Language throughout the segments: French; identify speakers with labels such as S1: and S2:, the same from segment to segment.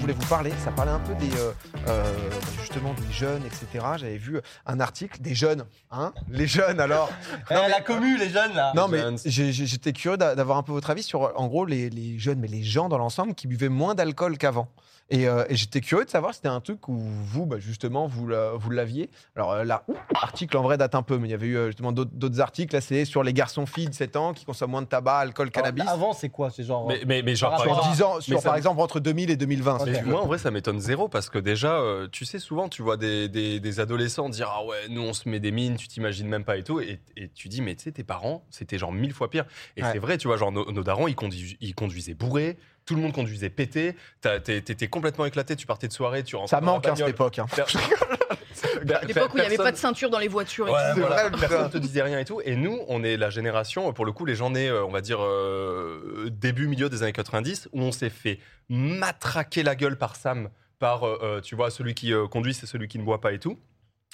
S1: voulais vous parler. Ça parlait un peu des euh, euh, justement des jeunes, etc. J'avais vu un article des jeunes, hein Les jeunes alors.
S2: Eh, la commu, les jeunes là.
S1: Non mais
S3: Jeunes.
S1: j'ai- j'ai- j'étais curieux d'a- d'avoir un peu votre avis sur en gros les, les jeunes, mais les gens dans l'ensemble qui buvaient moins d'alcool qu'avant. Et, euh, et j'étais curieux de savoir si c'était un truc où vous, bah, justement, vous, la- vous l'aviez. Alors euh, là, l'article en vrai date un peu, mais il y avait eu euh, justement d'autres- d'autres articles. Là, c'est sur les garçons-filles de 7 ans qui consomment moins de tabac, alcool, cannabis.
S2: Ah, Avant, c'est quoi C'est genre.
S3: Mais, mais, mais genre,
S2: Par
S3: par
S2: rapport
S3: exemple,
S1: Sur 10 ans, sur,
S3: ça-
S1: par exemple, entre 2000 et 2020.
S2: Ok.
S1: si tu
S3: Mais
S1: veux.
S3: moi, en vrai, ça m'étonne zéro parce que déjà, euh, tu sais, souvent, tu vois des, des- des adolescents dire Ah ouais, nous, on se met des mines, tu t'imagines même pas et tout. Et, et tu dis, mais tu sais, tes parents, c'était genre mille fois pire. Et
S1: Ouais.
S3: c'est vrai, tu vois, genre, nos, nos darons, ils, conduis- ils conduisaient bourrés, tout le monde conduisait pété, t'as- t'es- t'étais complètement éclaté, tu partais de soirée, tu rentrais.
S1: Ça
S3: dans la
S1: manque hein, cette
S3: bagnole.
S1: époque. hein.
S3: Per- Per-
S4: L'époque où il n'y avait
S3: personne-
S4: pas de ceinture dans les voitures. et
S3: Ouais,
S4: tout.
S1: C'est
S3: voilà,
S1: vrai, putain.
S3: personne ne te disait rien et tout. Et nous, on est la génération, pour le coup, les gens nés, euh, on va dire, euh, début, milieu des années 90, où on s'est fait matraquer la gueule par Sam, par, euh, euh, tu vois, celui qui euh, conduit, c'est celui qui ne boit pas et tout.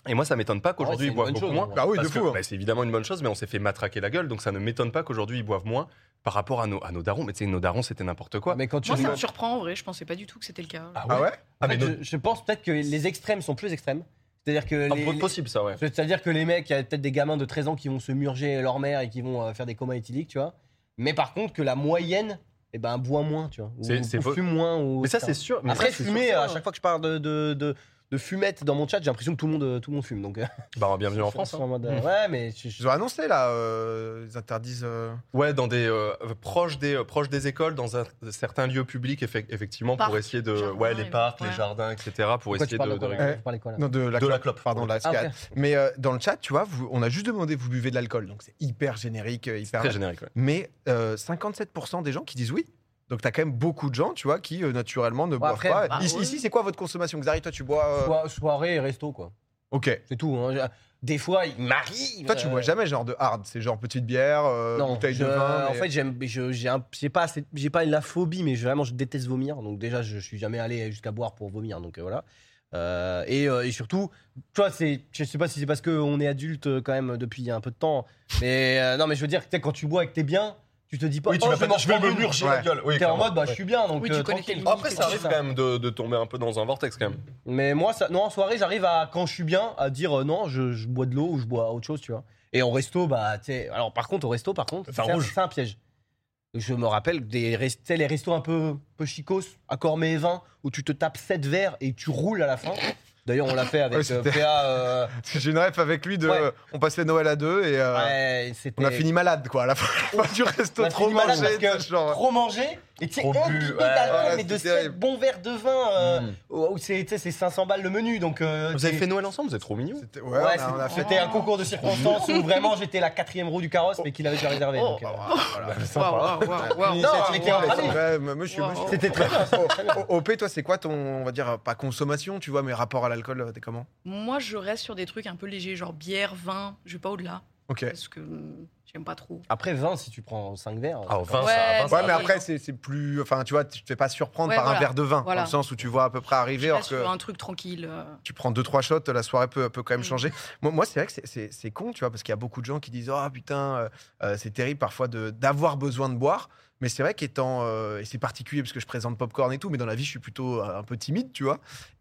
S3: Et moi, ça m'étonne pas qu'aujourd'hui,
S2: Ouais, Oh, c'est une
S3: ils boivent
S2: bonne
S3: beaucoup
S2: chose,
S3: moins.
S2: en vrai.
S1: Bah oui, de
S3: Parce que,
S1: fou. hein.
S3: bah, c'est évidemment une bonne chose, mais on s'est fait matraquer la gueule, donc ça ne m'étonne pas qu'aujourd'hui, ils boivent moins par rapport à nos, à nos darons. Mais tu sais, nos darons, c'était n'importe quoi.
S2: Mais quand tu
S4: Moi, ça me
S2: demandes-
S4: surprend en vrai. Je pensais pas du tout que c'était le cas.
S2: bah,
S1: Ah ouais
S3: Ah,
S2: En
S3: mais
S2: fait,
S3: nos-
S2: je, je pense peut-être que les extrêmes sont plus extrêmes. C'est-à-dire que
S3: Ah,
S2: les,
S3: possible, ça, ouais.
S2: c'est-à-dire que les mecs, il y a peut-être des gamins de 13 ans qui vont se murger leur mère et qui vont euh, faire des comas éthyliques, tu vois. Mais par contre, que la moyenne, eh ben, boit moins, tu vois. Ou,
S3: C'est- c'est
S2: ou
S3: faux.
S2: fume moins. Ou,
S3: Mais ça,
S2: etc.
S3: c'est sûr. Mais
S2: Après,
S3: ça, c'est sûr.
S2: fumer, euh, à chaque fois que je parle de, de, de- de fumette dans mon chat, j'ai l'impression que tout le monde, tout le monde fume. Donc, euh,
S3: Bah, bienvenue en
S2: je pense
S3: France. hein.
S2: en mode, euh, Ouais, mais je- je-
S1: Ils ont annoncé là, euh, ils interdisent. euh,
S3: Ouais, dans des euh, proches des euh, proches des écoles, dans un- certains lieux publics, effe- effectivement,
S4: Parcs,
S3: pour essayer de
S4: jardins,
S3: ouais les
S4: et-
S3: parcs,
S4: ouais.
S3: les jardins, etc. Pour
S2: Pourquoi tu
S3: essayer
S2: parles
S3: de,
S2: de quoi,
S3: de
S2: là
S3: régler.
S2: Tu parlais de quoi, là
S1: non, de la,
S3: De
S1: clope,
S3: la clope.
S1: Pardon, de la
S2: Ah,
S1: cigarette.
S2: ok.
S1: Mais euh, dans le chat, tu vois, vous- on a juste demandé vous buvez de l'alcool, donc c'est hyper générique, euh, hyper.
S3: Très générique. ouais.
S1: Mais euh, 57% des gens qui disent oui. Donc t'as quand même beaucoup de gens, tu vois, qui euh, naturellement ne boivent
S2: après,
S1: pas.
S4: bah,
S1: Ici,
S4: oui.
S1: ici, c'est quoi votre consommation Xari, toi tu bois. euh,
S2: Soi- soirée et resto, quoi.
S1: Ok.
S2: C'est tout. hein. J'ai- Des fois, il m'arrive.
S1: Toi, tu
S2: euh,
S1: bois jamais genre de hard, c'est genre petite bière, euh,
S2: Non,
S1: bouteille
S2: je-
S1: de vin.
S2: en
S1: mais-
S2: fait, j'aime, je- j'ai un- j'ai pas, assez- j'ai pas la phobie, mais je- vraiment, je déteste vomir. Donc déjà, je, je suis jamais allé jusqu'à boire pour vomir. Donc euh, voilà. Euh, et, euh, et surtout, tu vois, c'est, je sais pas si c'est parce qu'on est adulte euh, quand même depuis un peu de temps, mais euh, non, mais je veux dire, tu sais, quand tu bois et que t'es bien, tu te dis pas,
S3: Oui, tu
S2: oh,
S3: vas
S2: je
S3: pas
S2: m'en
S3: dire, je vais
S2: reprends
S3: me
S2: une.
S3: murger
S1: Ouais.
S3: la gueule. Oui,
S2: T'es en
S3: clairement.
S2: mode, bah, je suis bien, donc
S4: Oui, tu
S2: euh,
S4: connais
S2: tranquille.
S4: tes
S3: Après,
S4: c'est
S3: ça arrive
S2: ça.
S3: quand même de, de tomber un peu dans un vortex quand même.
S2: Mais moi, ça, non, en soirée, j'arrive à, quand je suis bien, à dire euh, non, je, je bois de l'eau ou je bois autre chose, tu vois. Et en resto, bah, tu sais. Alors, par contre, au resto, par contre, c'est
S3: Vin
S2: un,
S3: rouge.
S2: c'est un piège. Je me rappelle des rest- tu sais, les restos un peu, peu chicos, à Cormet et Vin, où tu te tapes 7 verres et tu roules à la fin. D'ailleurs, on l'a fait
S1: Ouais,
S2: avec euh,
S1: c'était-
S2: PA. euh,
S1: J'ai une ref avec lui de.
S2: Ouais.
S1: On passait Noël à deux et euh,
S2: ouais, c'était
S1: on a fini malade quoi. À la fin du resto,
S2: on a
S1: trop
S2: fini malade
S1: mangé.
S2: parce que
S1: genre.
S2: Trop manger et tu sais,
S3: Trop
S2: un
S3: bu,
S2: bidon
S3: ouais,
S2: d'alcool,
S1: ouais,
S2: mais
S1: c'était
S2: de
S1: Hmm.
S2: 7
S1: terrible.
S2: bons verres de vin, euh,
S3: Mm.
S2: où c'est tu sais, c'est 500 balles le menu. Donc, euh,
S3: Vous avez
S2: t'es-
S3: fait Noël ensemble, vous êtes trop mignons.
S1: C'était-
S2: Ouais,
S1: Ouais, on a-
S2: c'est-
S1: on a fait.
S2: c'était un concours de circonstances où vraiment j'étais la quatrième roue du carrosse mais qu'il avait déjà réservé. donc, euh,
S1: Oh. Ah,
S4: Waouh, waouh, waouh, waouh.
S2: Non, mais t'es en
S1: Ouais,
S2: Ah
S1: c'est
S2: oui.
S1: vrai, moi, je suis- moi, je suis-
S2: C'était très bien.
S1: Au- OP, oh, toi, c'est quoi ton, on va dire, pas consommation, tu vois, mais rapport à l'alcool, euh, t'es comment
S4: Moi, je reste sur des trucs un peu légers, genre bière, vin. Je vais pas au-delà
S1: Ok. Ouais,
S4: parce que hum, j'aime pas trop.
S2: Après 20, si tu prends 5 verres.
S3: Ah, au vin,
S4: Ouais,
S3: ça, au vin,
S4: c'est-
S3: ça.
S1: mais après, c'est c'est plus. Enfin, tu vois, tu te fais pas surprendre
S4: Ouais,
S1: par un
S4: voilà.
S1: verre de vin,
S4: Voilà.
S1: dans le sens où tu vois à peu près
S4: Je
S1: arriver, alors
S4: reste
S1: que
S4: sur un truc tranquille. euh.
S1: tu prends deux, trois shots, la soirée peut, peut quand même
S4: Mm.
S1: changer. Moi, moi c'est vrai que c'est- c'est c'est con, tu vois, parce qu'il y a beaucoup de gens qui disent Ah putain, euh, euh, c'est terrible parfois de- d'avoir besoin de boire. Mais c'est vrai qu'étant. euh, et c'est particulier parce que je présente popcorn et tout, mais dans la vie, je suis plutôt euh, un peu timide, tu vois.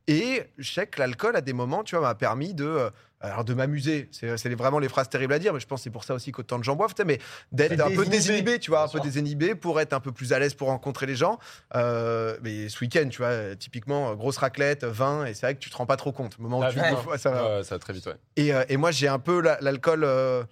S1: Et je sais que l'alcool, à des moments, tu vois, m'a permis de. euh, alors de m'amuser, c'est c'est vraiment les phrases terribles à dire, mais je pense que c'est pour ça aussi qu'autant de gens boivent, tu sais, mais d'être
S2: C'est
S1: un peu
S2: désinhibé,
S1: désinhibé, tu vois, un
S2: bien
S1: peu
S2: sûr.
S1: désinhibé pour être un peu plus à l'aise pour rencontrer les gens. Euh, mais ce week-end, tu vois, euh, typiquement, euh, grosse raclette, euh, vin, et c'est vrai que tu te rends pas trop compte. Au moment où
S3: Ah,
S1: tu
S3: ouais.
S1: bouffes, ouais, ça va.
S3: Ouais, ça va très vite, ouais.
S1: Et, euh, et moi, j'ai un peu la- l'alcool euh,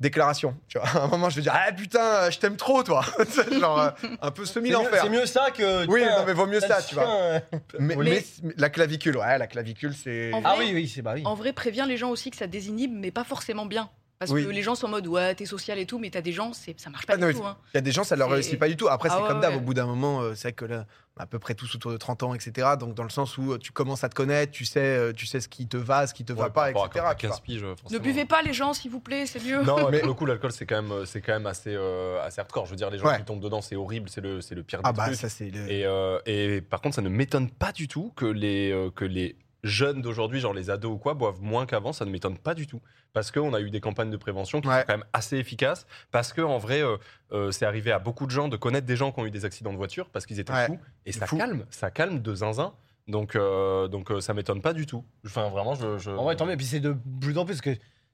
S1: déclaration. Tu vois, à un moment, je vais dire Ah putain, euh, je t'aime trop, toi. Tu sais, Genre, euh, un peu
S2: C'est mieux,
S1: semi-l'enfer.
S2: c'est mieux ça que.
S1: Oui,
S2: putain,
S1: non, mais vaut mieux ça,
S2: t'as le
S1: tu vois.
S2: chien, euh.
S1: Mais,
S4: Mais-
S1: mais c- mais la clavicule, ouais, la clavicule, c'est.
S4: En vrai,
S2: Ah oui, oui, c'est bah
S3: Mm.
S2: oui.
S4: En vrai, préviens les gens aussi que ça désinhibe, mais pas forcément bien. Parce
S1: Oui.
S4: que les gens sont en mode, ouais, t'es social et tout, mais t'as des gens, c'est- ça marche
S1: Ah
S4: pas
S1: non,
S4: du tout. hein.
S1: Il y a des gens, ça leur
S4: C'est-
S1: réussit pas du tout. Après,
S4: Ah
S1: c'est
S4: ouais,
S1: comme d'hab,
S4: ouais.
S1: au bout d'un moment, euh, c'est vrai que là, on a à peu près tous autour de 30 ans, etc. Donc, dans le sens où euh, tu commences à te connaître, tu sais, euh, tu sais ce qui te va, ce qui te va
S3: Ouais,
S1: pas,
S3: par rapport à
S1: etc.
S3: quand t'as
S1: tu vois.
S3: 15 piges,
S4: Ne
S3: forcément.
S4: buvez pas les gens, s'il vous plaît, c'est mieux.
S3: Non, ouais,
S1: Mais-
S3: pour le coup, l'alcool, c'est quand même, c'est quand même assez, euh, assez hardcore. Je veux dire, les gens
S1: Ouais.
S3: qui tombent dedans, c'est horrible, c'est le, c'est le pire des
S1: Ah bah,
S3: trucs.
S1: ça, c'est le.
S3: Et, euh, et par contre, ça ne m'étonne pas du tout que les, euh, que les jeunes d'aujourd'hui, genre les ados ou quoi, boivent moins qu'avant. Ça ne m'étonne pas du tout. Parce qu'on a eu des campagnes de prévention qui
S1: Ouais.
S3: sont quand même assez efficaces. Parce que en vrai, euh, euh, c'est arrivé à beaucoup de gens de connaître des gens qui ont eu des accidents de voiture parce qu'ils étaient
S1: Ouais.
S3: fous. Et ça
S1: Fous.
S3: calme, ça calme de zinzin. Donc, euh, donc euh, ça m'étonne pas du tout. Enfin, vraiment, je. je-
S2: En vrai, tant mieux. Et puis c'est de plus en plus que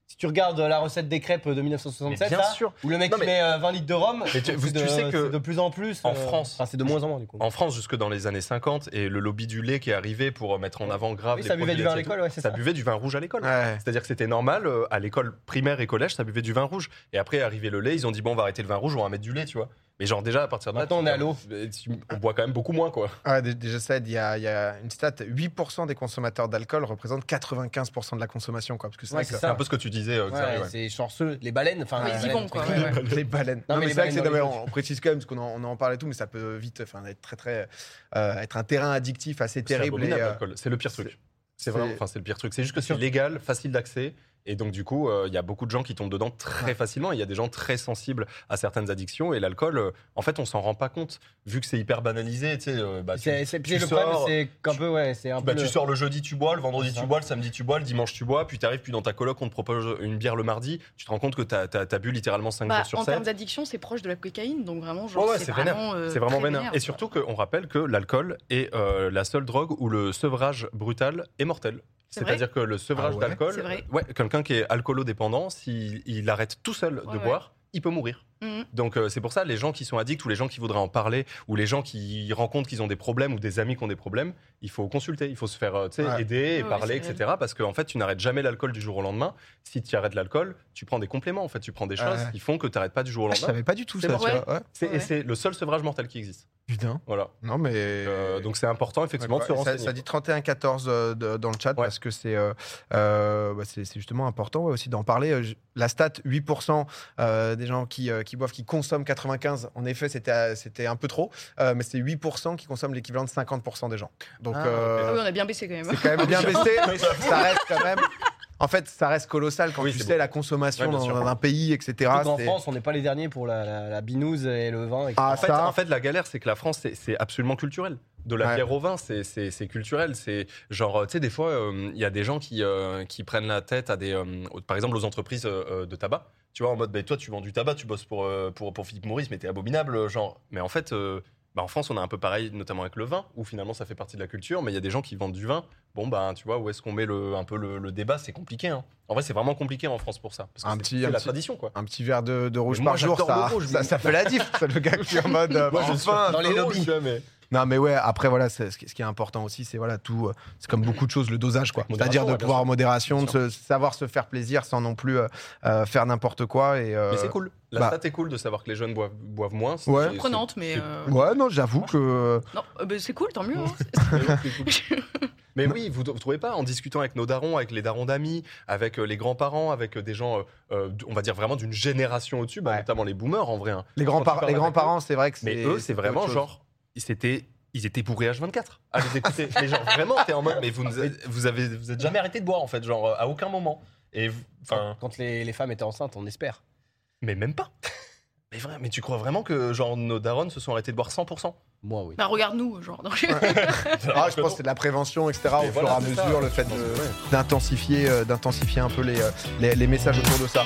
S2: si tu regardes la recette des crêpes de
S3: Mais
S2: 1967,
S3: bien
S2: là,
S3: sûr.
S2: où le mec
S3: Non,
S2: qui
S3: mais-
S2: met euh, 20 litres de rhum,
S3: Mais tu-
S2: c'est
S3: vous- tu
S2: de-
S3: sais que
S2: c'est de plus en plus. euh,
S3: en France-
S2: enfin, c'est de moins en moins du coup.
S3: En France, jusque dans les années 50, et le lobby du lait qui est arrivé pour euh, mettre en avant grave
S2: Oui,
S3: les
S2: ça buvait du
S3: produits
S2: vin à
S3: laitiers et tout,
S2: l'école, ouais, c'est
S3: ça
S2: ça.
S3: buvait du vin rouge à l'école.
S1: Ouais.
S3: C'est-à-dire que c'était normal, euh, à l'école primaire et collège, ça buvait du vin rouge. Et après, arrivé le lait, ils ont dit, bon, on va arrêter le vin rouge, on va mettre du lait, tu vois. Mais genre, déjà, à partir de là.
S2: Maintenant,
S3: tu- euh,
S2: on est à l'eau.
S3: tu- On boit quand même beaucoup moins, quoi.
S1: Ah, dé- déjà ça, il y, a il y a une stat 8% des consommateurs d'alcool représentent 95% de la consommation, quoi. Parce que c'est
S2: Ouais,
S1: vrai que-
S2: c'est
S3: C'est
S2: Ça.
S3: un peu ce que tu disais, euh,
S2: Ouais,
S3: Xavier, ouais.
S2: C'est chanceux. Les baleines, enfin.
S4: Oui,
S2: les
S4: Ah, ils y
S2: baleines,
S4: vont, quoi,
S2: c'est
S4: ouais,
S2: cool.
S4: ouais.
S1: Les baleines. Non,
S2: Non, mais
S1: mais
S2: les
S1: c'est vrai que
S2: baleines
S1: c'est
S2: dans les
S1: d'abord, on précise quand même, parce qu'on en, on en parlait tout, mais ça peut vite enfin, être très, très. euh, être un terrain addictif assez
S3: C'est
S1: terrible. et,
S3: abominable,
S1: euh,
S3: l'alcool. C'est le pire truc. C'est
S1: c'est-
S3: vraiment, enfin, c'est le pire truc. C'est juste que c'est
S2: Surtout-
S3: légal, facile d'accès. Et donc, du coup, euh, il y a beaucoup de gens qui tombent dedans très facilement. Il y a des gens très sensibles à certaines addictions. Et l'alcool, euh, en fait, on s'en rend pas compte. Vu que c'est hyper banalisé, tu sais, euh, bah, tu,
S2: C'est- c'est-
S3: tu
S2: Le
S3: sors,
S2: problème, c'est qu'un
S3: tu-
S2: peu, ouais, c'est un peu.
S3: bah, tu
S2: le-
S3: sors le jeudi, tu bois, le vendredi,
S2: C'est
S3: tu
S2: ça.
S3: bois, le samedi, tu bois, le dimanche, tu bois. Puis t'arrives, puis dans ta coloc, on te propose une bière le mardi. Tu te rends compte que t'as as, bu littéralement 5
S4: Bah,
S3: jours sur
S4: en
S3: 7.
S4: termes d'addiction, c'est proche de la cocaïne, donc vraiment, genre,
S3: Ouais, ouais,
S4: c'est
S3: c'est vénère.
S4: vraiment, euh,
S3: C'est vraiment
S4: très
S3: vénère. Et surtout qu'on rappelle que l'alcool est euh, la seule drogue où le sevrage brutal est mortel.
S4: C'est vrai
S3: C'est-à-dire que le sevrage
S1: Ah ouais
S3: d'alcool,
S4: C'est vrai.
S3: ouais, quelqu'un qui est alcoolodépendant, s'il il arrête tout seul de
S4: Ouais, ouais.
S3: boire, il peut mourir.
S4: Mhm.
S3: Donc euh, c'est pour ça les gens qui sont addicts ou les gens qui voudraient en parler ou les gens qui rencontrent qu'ils ont des problèmes ou des amis qui ont des problèmes, il faut consulter, il faut se faire euh, tu sais,
S1: Ouais.
S3: aider et
S4: Ouais, ouais,
S3: parler,
S4: c'est
S3: etc. Parce qu'en fait tu n'arrêtes jamais l'alcool du jour au lendemain. Si tu arrêtes l'alcool, tu prends des compléments en fait, tu prends des choses
S1: Ouais.
S3: qui font que tu n'arrêtes pas du jour au
S1: ah, je
S3: lendemain.
S1: savais pas du tout
S3: C'est
S1: ça.
S3: vrai.
S1: tu vois, ouais.
S3: C'est-
S4: Ouais.
S3: Et c'est le seul sevrage mortel qui existe.
S1: Putain.
S3: Voilà.
S1: Non, mais.
S3: Euh, donc c'est important effectivement de se
S1: Ouais, quoi. Et ça,
S3: renseigner.
S1: ça dit 31-14 euh, de- dans le chat
S3: Ouais.
S1: parce que c'est euh, euh, bah, c'est c'est justement important ouais, aussi d'en parler. Euh, je- La stat 8% euh, des gens qui, euh, qui boivent, qui consomment 95, en effet c'était euh, c'était un peu trop, euh, mais c'est 8% qui consomment l'équivalent de 50% des gens. Donc
S3: Ah,
S1: euh,
S4: Ah oui, on a bien baissé quand même.
S1: c'est quand même bien baissé, mais ça reste quand même... En fait, ça reste colossal quand
S3: Oui,
S1: tu
S3: c'est
S1: sais la consommation
S3: Ouais, bien
S1: dans,
S3: sûr.
S1: dans un pays, etc.
S2: Surtout qu'en
S1: Ah, c'est-
S2: France, on n'est pas les derniers pour la, la, la binouse et le vin. etc.
S1: Ah,
S3: En fait,
S1: ça-
S3: en fait, la galère, c'est que la France, c'est- c'est absolument culturel. De la
S1: Ouais.
S3: bière au vin, c'est- c'est c'est culturel. C'est genre, euh, tu sais, des fois, euh, il y a des gens qui, euh, qui prennent la tête à des, euh, aux- par exemple, aux entreprises euh, euh, de tabac. Tu vois, en mode, ben, toi, tu vends du tabac, tu bosses pour, euh, pour, pour Philippe Maurice, mais t'es abominable, euh, genre. Mais en fait, euh, bah, en France, on a un peu pareil, notamment avec le vin, où finalement, ça fait partie de la culture, mais il y a des gens qui vendent du vin. Bon, ben, tu vois, où est-ce qu'on met le, un peu le, le débat C'est compliqué. hein. En vrai, c'est vraiment compliqué en France pour ça. Parce que
S1: Un
S3: c'est-
S1: petit-
S3: c'est
S1: un
S3: la
S1: petit-
S3: tradition, quoi.
S1: Un petit verre de, de rouge
S3: Mais moi,
S1: par jour,
S3: j'adore
S1: ça,
S3: le rouge,
S1: ça,
S3: mais-
S1: ça fait la diff. C'est le gars qui est en mode. euh,
S3: Moi, je suis
S1: enfin,
S3: un
S2: dans
S3: peu
S2: les
S3: haut,
S2: lobbies.
S3: tu vois, mais-
S1: Non, mais ouais, après, voilà, c'est- ce qui ce qui est important aussi, c'est voilà, tout. euh, C'est comme beaucoup de choses, le dosage, quoi.
S3: Modération,
S1: C'est-à-dire de
S3: ouais, bien
S1: pouvoir
S3: sûr.
S1: en modération, de se-
S3: Bien
S1: savoir se faire plaisir sans non plus euh, euh, faire n'importe quoi. Et, euh,
S3: Mais c'est cool. La
S1: bah-
S3: stat est cool de savoir que les jeunes boivent, boivent moins. C'est-
S1: Ouais.
S3: c'est-
S4: Surprenante, mais. euh,
S1: Ouais, non, j'avoue que.
S4: Non, euh, bah, c'est cool, tant mieux. hein.
S3: Mais oui, vous, vous trouvez pas en discutant avec nos darons, avec les darons d'amis, avec euh, les grands-parents, avec euh, des gens, euh, euh, d- on va dire vraiment d'une génération au-dessus, bah,
S1: Ouais.
S3: notamment les boomers en vrai. hein.
S1: Les
S3: Quand tu
S1: grands-parents,
S3: parles
S1: les
S3: avec
S1: grands-parents, c'est vrai que c'est.
S3: Mais eux, c'est vraiment
S1: autre chose.
S3: genre, ils étaient, ils étaient bourrés H24 à les écouter. mais genre vraiment, t'es en mode, mais vous, ne- vous avez, vous êtes jamais arrêté de boire en fait, genre euh, à aucun moment. Et vous- enfin,
S2: Quand, quand les, les femmes étaient enceintes, on espère.
S3: mais même pas. Mais vrai, mais tu crois vraiment que genre nos darons se sont arrêtés de boire 100%
S2: Moi, oui.
S4: Bah, regarde-nous, genre. Donc,
S1: Ah, je pense que c'est de la prévention, etc.
S3: Mais
S1: au fur
S3: voilà,
S1: et à
S3: c'est ça.
S1: mesure, le fait
S3: Je pense que
S1: de- d'intensifier euh, d'intensifier un peu les, euh, les, les messages autour de ça.